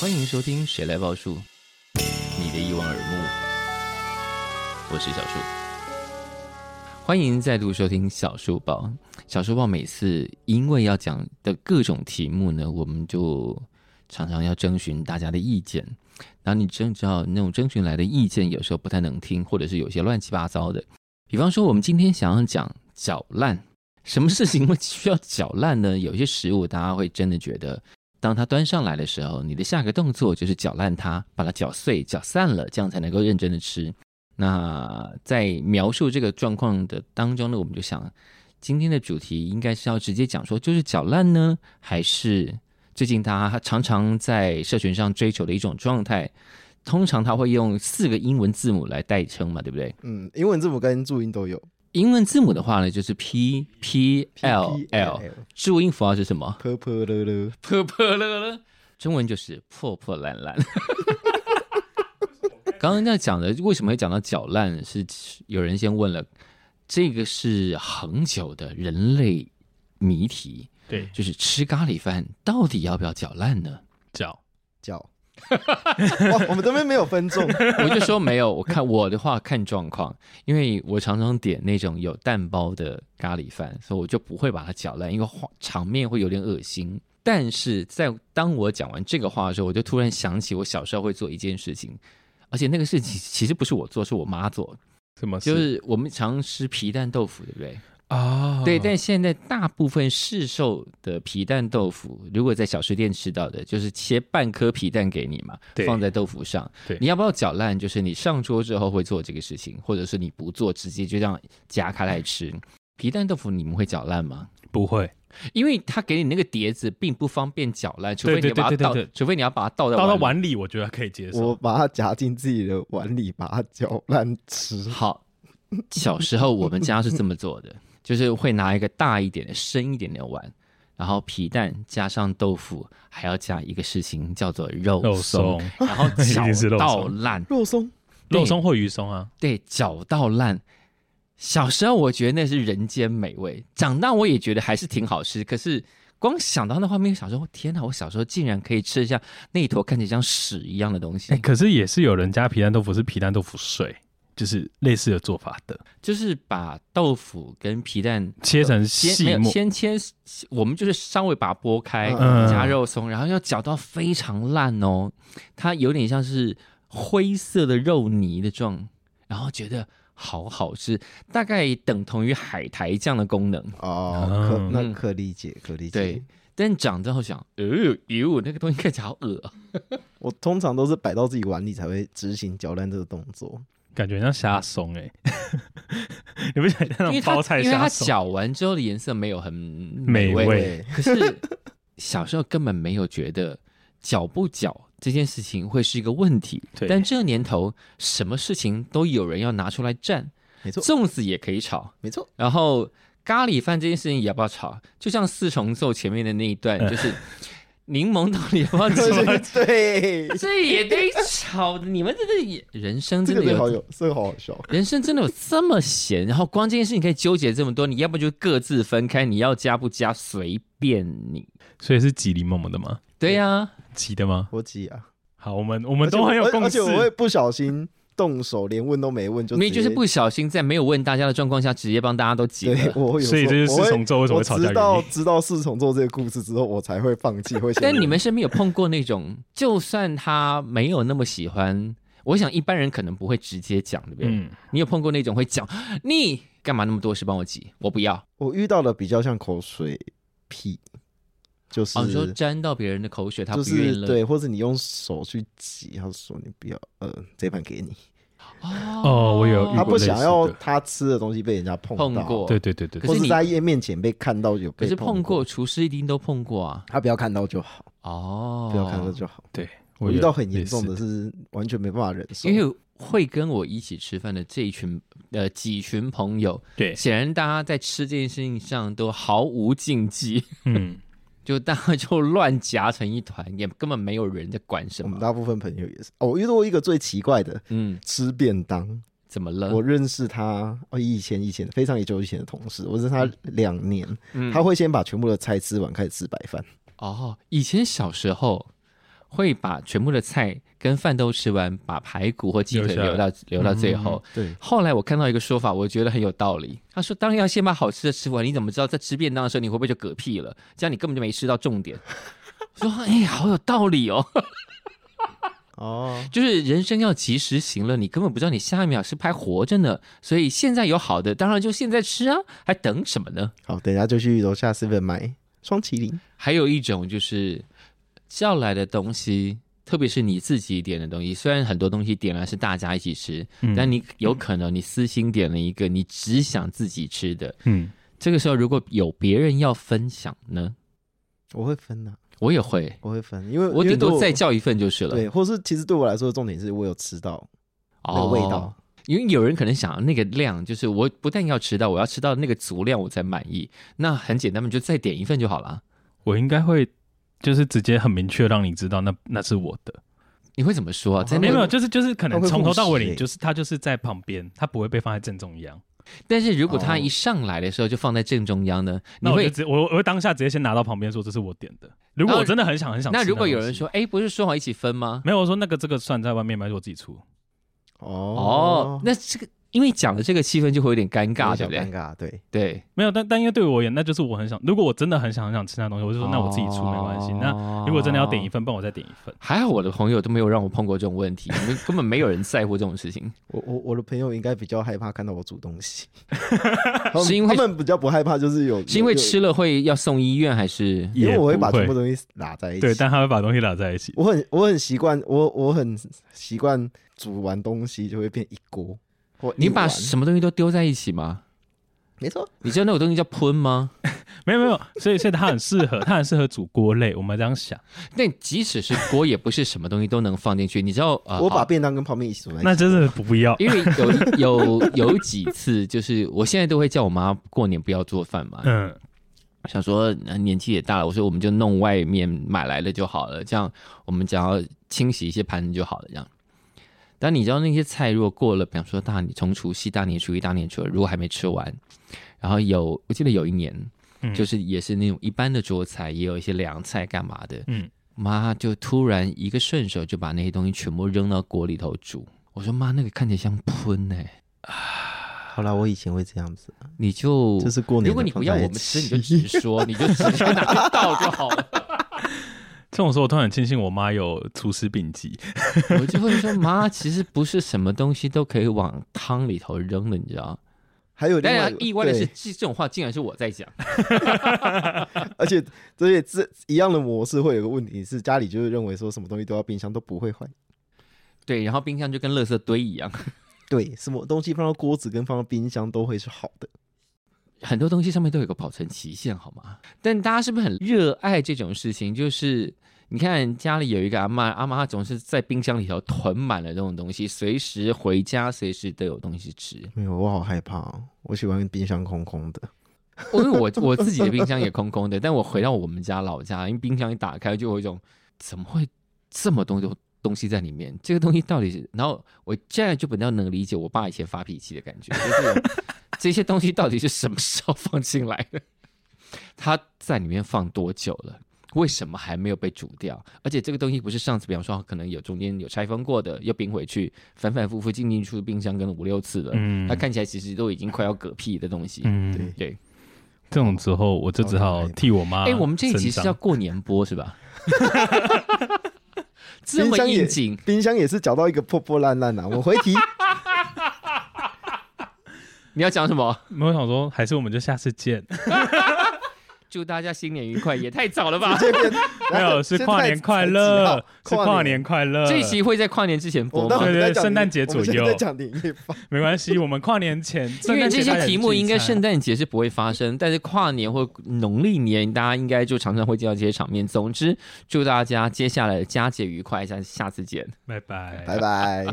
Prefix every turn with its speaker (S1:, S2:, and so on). S1: 欢迎收听《谁来报数》，你的一望而目，我是小树。欢迎再度收听小树报。小树报每次因为要讲的各种题目呢，我们就常常要征询大家的意见。然后你真知道那种征询来的意见，有时候不太能听，或者是有些乱七八糟的。比方说，我们今天想要讲搅烂，什么事情会需要搅烂呢？有些食物大家会真的觉得，当它端上来的时候，你的下个动作就是搅烂它，把它搅碎、搅散了，这样才能够认真的吃。那在描述这个状况的当中呢，我们就想，今天的主题应该是要直接讲说，就是搅烂呢，还是最近大家常常在社群上追求的一种状态？通常他会用四个英文字母来代称嘛，对不对？
S2: 嗯，英文字母跟注音都有。
S1: 英文字母的话呢，就是 P P L L，注音符号是什么？
S2: p p l l，
S1: 破破了了，中文就是破破烂烂。 刚刚在讲的为什么会讲到搅烂，是有人先问了，这个是恒久的人类谜题，
S3: 对，
S1: 就是吃咖喱饭到底要不要搅烂呢？
S3: 脚
S2: 叫。哇，我们这边没有分众，
S1: 我就说没有，我看我的话看状况，因为我常常点那种有蛋包的咖喱饭，所以我就不会把它搅烂，因为画场面会有点恶心。但是在当我讲完这个话的时候，我就突然想起我小时候会做一件事情，而且那个事情其实不是我做，是我妈做，
S3: 什么
S1: 就
S3: 事
S1: 是我们常吃皮蛋豆腐，对不对？
S3: 啊？
S1: 对，但现在大部分市售的皮蛋豆腐，如果在小吃店吃到的，就是切半颗皮蛋给你嘛，
S3: 对
S1: 放在豆腐上。
S3: 对
S1: 你要不要搅烂？就是你上桌之后会做这个事情，或者是你不做，直接就这样夹开来吃。皮蛋豆腐你们会搅烂吗？
S3: 不会
S1: 因为他给你那个碟子并不方便搅烂，除非你
S3: 对
S1: 要把它
S3: 对对
S1: 倒
S3: 对对，
S1: 除非你要把它倒在
S3: 倒到
S1: 里
S3: 碗里，我觉得可以接受。
S2: 我把它夹进自己的碗里，把它搅烂吃。
S1: 好，小时候我们家是这么做的，就是会拿一个大一点的、深一点的碗，然后皮蛋加上豆腐，还要加一个事情叫做肉
S3: 肉
S1: 松，
S3: 松、
S1: 然后
S3: 一定是
S1: 搅
S3: 肉松
S1: 到烂，
S2: 肉松，
S1: 对
S3: 肉松或鱼松啊，
S1: 对，搅到烂。小时候我觉得那是人间美味，长大我也觉得还是挺好吃，可是。光想到那画面，小时候天哪！我小时候竟然可以吃一下那一坨看起来像屎一样的东西
S3: 哎、，可是也是有人家皮蛋豆腐是皮蛋豆腐碎，就是类似的做法的，
S1: 就是把豆腐跟皮蛋
S3: 切成
S2: 呃
S1: 先没
S3: 细
S1: 有
S3: 末。
S1: 先切，我们就是稍微把它剥开，
S2: 嗯
S1: 加肉松，然后要搅到非常烂哦，它有点像是灰色的肉泥的状，然后觉得好好吃，大概等同于海苔酱的功能。
S2: 哦，
S3: 嗯
S2: 可那可理解，可理解。
S1: 对，但长大后想，呃，哟，那个东西看起来好恶啊、
S2: 我通常都是摆到自己碗里才会执行搅烂这个动作。
S3: 感觉像虾松哎、 你不想
S1: 因为它
S3: 像包菜
S1: 因为它
S3: 虾松？
S1: 搅完之后的颜色没有很美
S3: 美
S1: 味，
S3: 味
S2: 对，
S1: 可是小时候根本没有觉得搅不搅这件事情会是一个问 题。
S3: 对
S1: 但这年头，什么事情都有人要拿出来站，
S2: 没错，
S1: 粽子也可以炒，
S2: 没错。
S1: 然后咖喱饭这件事情也要不要炒？就像四重奏前面的那一 段，就是柠檬到底要不要炒？
S2: 对，
S1: 这也得炒的，你们这个也人生
S2: 这
S1: 真
S2: 个
S1: 的
S2: 真好
S1: 有。
S2: 有，这个好好笑。
S1: 人生真的有这么闲？然后光这件事情可以纠结这么多，你要不就各自分开，你要加不加随便你。
S3: 所以是吉林某某的吗？
S1: 对呀、
S3: 急的吗？
S2: 我急啊，
S3: 好，我们我
S2: 我
S3: 们都很有
S2: 而
S3: 共
S2: 且
S3: 识。
S2: 我会不小心动手，连问都没问就直
S1: 没
S2: 接。
S1: 有就是不啊小心在没有问大家的状况下，直接帮大家都解
S2: 对，
S1: 了。
S2: 我会有时候
S3: 所以这就是
S2: 我会
S3: 四重奏为什么
S2: 我
S3: 会吵架的
S2: 知
S3: 原
S2: 道
S3: 因。
S2: 知道四重奏这个故事之后，我才会放弃，会 先
S1: 但你们身边有碰过那种，就算他没有那么喜欢，我想一般人可能不会直接讲，对不对？
S3: 嗯，
S1: 你有碰过那种会讲你干嘛那么多事帮我挤，我不要。
S2: 我遇到的比较像口水屁，就是、
S1: 哦，你说沾到别人的口水，他
S2: 就
S1: 不愿意
S2: 是
S1: 了。
S2: 对，或者你用手去挤，他说你不要，呃，这盘给你，
S1: 哦
S3: 哦我有遇过
S2: 他不想要
S3: 类似的
S2: 他吃的东西被人家碰
S1: 碰
S2: 到，
S1: 过，
S3: 对，对对对
S1: 可是
S2: 或
S3: 对，
S1: 你
S2: 是在面面前被看到有
S1: 可
S2: 被
S1: 是
S2: 碰
S1: 碰过，厨师一定都碰过啊。
S2: 他不要看到就好，
S1: 哦，
S2: 不要看到就好。
S3: 对
S2: 我
S3: 有
S2: 遇到很严
S3: 类似
S2: 重的是完全没办法忍受，
S1: 因为会跟我一起吃饭的这一群呃几群朋友，
S3: 对，
S1: 显然大家在吃这件事情上都毫无禁忌，
S3: 嗯，
S1: 就大家就乱夹成一团，也根本没有人在管什
S2: 我们
S1: 么。
S2: 大部分朋友也是。哦，我遇到过一个最奇怪的，
S1: 嗯，
S2: 吃便当，
S1: 怎么了？
S2: 我认识他哦，以前以前非常久以前的同事，我认识他两年，
S1: 嗯
S2: 他会先把全部的菜吃完，开始吃白饭。
S1: 哦，以前小时候会把全部的菜跟饭都吃完，把排骨或鸡腿
S3: 留下来
S1: 留到留到最后。
S2: 对，
S1: 后来我看到一个说法，我觉得很有道理。他说：“当然要先把好吃的吃完，你怎么知道在吃便当的时候你会不会就嗝屁了？这样你根本就没吃到重点。”我说：“哎、好有道理哦！
S2: 哦，
S1: 就是人生要及时行乐，你根本不知道你下一秒是还活着呢。所以现在有好的，当然就现在吃啊，还等什么呢？
S2: 好，等一下就去楼下 seven 买双麒麟。
S1: 还有一种就是叫来的东西，特别是你自己点的东西，虽然很多东西点来是大家一起吃，
S3: 嗯
S1: 但你有可能你私心点了一个你只想自己吃的，
S3: 嗯，
S1: 这个时候如果有别人要分享呢，
S2: 我会分呐、啊
S1: 我也会，
S2: 我会分，因为
S1: 我
S2: 因为
S1: 顶
S2: 对
S1: 多再叫一份就是了。
S2: 对，或是其实对我来说，重点是我有吃到那个味道。
S1: 哦因为有人可能想要那个量，就是我不但要吃到，我要吃到那个足量我才满意。那很简单嘛，你就再点一份就好了。
S3: 我应该会就是直接很明确让你知道那那是我的，
S1: 你会怎么说啊？在那
S3: 没有
S1: 个
S3: 没有，就是就是可
S2: 他
S3: 能
S2: 会
S3: 从头到
S2: 护
S3: 尾
S2: 食
S3: 你
S2: 欸
S3: 就是他就是在旁边，他不会被放在正中央。
S1: 但是如果他
S2: 哦
S1: 一上来的时候就放在正中央呢，你
S3: 那我
S1: 会
S3: 就直我我会当下直接先拿到旁边说这是我点的。如果我真的很想很想吃
S1: 那如果有
S3: 东
S1: 人
S3: 西
S1: 说，哎、不是说好一起分吗？
S3: 没有，我说那个这个算在外面买，我自己出。
S1: 哦
S2: 哦，，
S1: 那这个因为讲了这个气氛就会有点尴尬，
S2: 有
S1: 对
S2: 点
S1: 不对
S2: 尴？尬，对，
S1: 对，
S3: 没有，但但因为对我而言，那就是我很想，如果我真的很想很想吃那东西，我就说那我自己出
S2: 哦
S3: 没关系。那
S1: 那
S3: 如果真的要点一，份，帮我再点一份。
S1: 还好我的朋友都没有让我碰过这种问 题，你们根本没有人在乎这种事情。
S2: 我我我的朋友应该比较害怕看到我煮 东西，他们
S1: 是因为
S2: 他们比较不害怕，就是有
S1: 是因为
S2: 有
S1: 吃了会要送医院，还是
S2: 因为我会
S3: 也不
S2: 把全部东西拉在一起。
S3: 对，但他会把东西打在一起。
S2: 我很我很习惯，我我很习惯煮完东西就会变一锅。或一
S1: 你把
S2: 碗
S1: 什么东西都丢在一起吗？
S2: 没错，
S1: 你知道那种东西叫喷吗？
S3: 没有没有，所以所以他很适合，他很适合煮锅类。我们这样想，
S1: 那即使是锅，也不是什么东西都能放进去。你知道，呃、
S2: 我把
S1: 好
S2: 便当跟泡面一起煮在一起。
S3: 那真的不要。
S1: 因为有有有几次，就是我现在都会叫我妈过年不要做饭嘛，
S3: 嗯，
S1: 想说呃年纪也大了，我说我们就弄外面买来的就好了，这样我们只要清洗一些盘子就好了，这样。但你知道那些菜如果过了，比方说大年从除夕、大年初一、大年初二，如果还没吃完，然后有我记得有一年，
S3: 嗯
S1: 就是也是那种一般的桌菜，也有一些凉菜干嘛的，
S3: 嗯，
S1: 妈就突然一个顺手就把那些东西全部扔到锅里头煮。我说妈，那个看起来像喷呢、
S2: 好啦，我以前会这样子，
S1: 你就
S2: 就是过年
S1: 如果你不要我们吃，你就直说， 你就直接拿去倒就好了。
S3: 这种时候我突然很庆幸我妈有厨师丙级。
S1: 我就会说，妈，其实不是什么东西都可以往汤里头扔的，你知道？
S2: 还有另
S1: 当
S2: 外
S1: 然，意外的是，
S2: 对
S1: 这这种话竟然是我在讲。
S2: 而且而且这一样的模式会有个问题是，家里就是认为说什么东西都要冰箱都不会坏。
S1: 对，然后冰箱就跟垃圾堆一样，
S2: 对，什么东西放到锅子跟放到冰箱都会是好的。
S1: 很多东西上面都有个保存期限，好吗？但大家是不是很热爱这种事情？就是你看家里有一个阿妈，阿妈总是在冰箱里头囤满了这种东西，随时回家随时都有东西吃。
S2: 没有，我好害怕、哦，我喜欢冰箱空空的。
S1: 因为我我自己的冰箱也空空的，但我回到我们家老家，因为冰箱一打开就有一种怎么会这么多东东西在里面？这个东西到底是……然后我现在就比较能理解我爸以前发脾气的感觉，就是这些东西到底是什么时候放进来的？他在里面放多久了？为什么还没有被煮掉？而且这个东西不是上次，比方说可能有中间有拆封过的，又冰回去，反反复复进进出出冰箱跟了五六次了。
S3: 嗯
S1: 它看起来其实都已经快要嗝屁的东西。
S3: 嗯，
S2: 对，
S1: 对，
S3: 这种时候我就只好替我妈。
S1: 哎、我们这一集是要过年播是 吧？这么应景，
S2: 冰箱也是搅到一个破破烂烂啊的。我回题，
S1: 你要讲什么？
S3: 没有我想说，还是我们就下 次见。
S1: 祝大家新年愉快，也太早了 吧？
S2: 这边
S3: 没有，是跨年 快乐，是跨年。快乐。
S1: 这一期会在跨年之前播
S2: 我们待
S1: 吗
S2: 会？
S3: 对
S2: 再
S3: 对
S2: 讲
S3: 圣诞
S2: 年
S3: 节左
S2: 我们现在
S3: 右
S2: 在讲年夜饭，
S3: 没关系，我们跨 年前，
S1: 因
S3: 圣
S1: 为
S3: 诞节
S1: 这
S3: 大
S1: 些
S3: 家
S1: 题
S3: 也
S1: 目
S3: 聚
S1: 应该
S3: 餐
S1: 圣诞节是不会发生，但是跨年或农历年，大家应该就常常会见到这些场面。总之，祝大家接下来的佳节愉快，下下次见。
S3: 拜拜，
S2: 拜拜。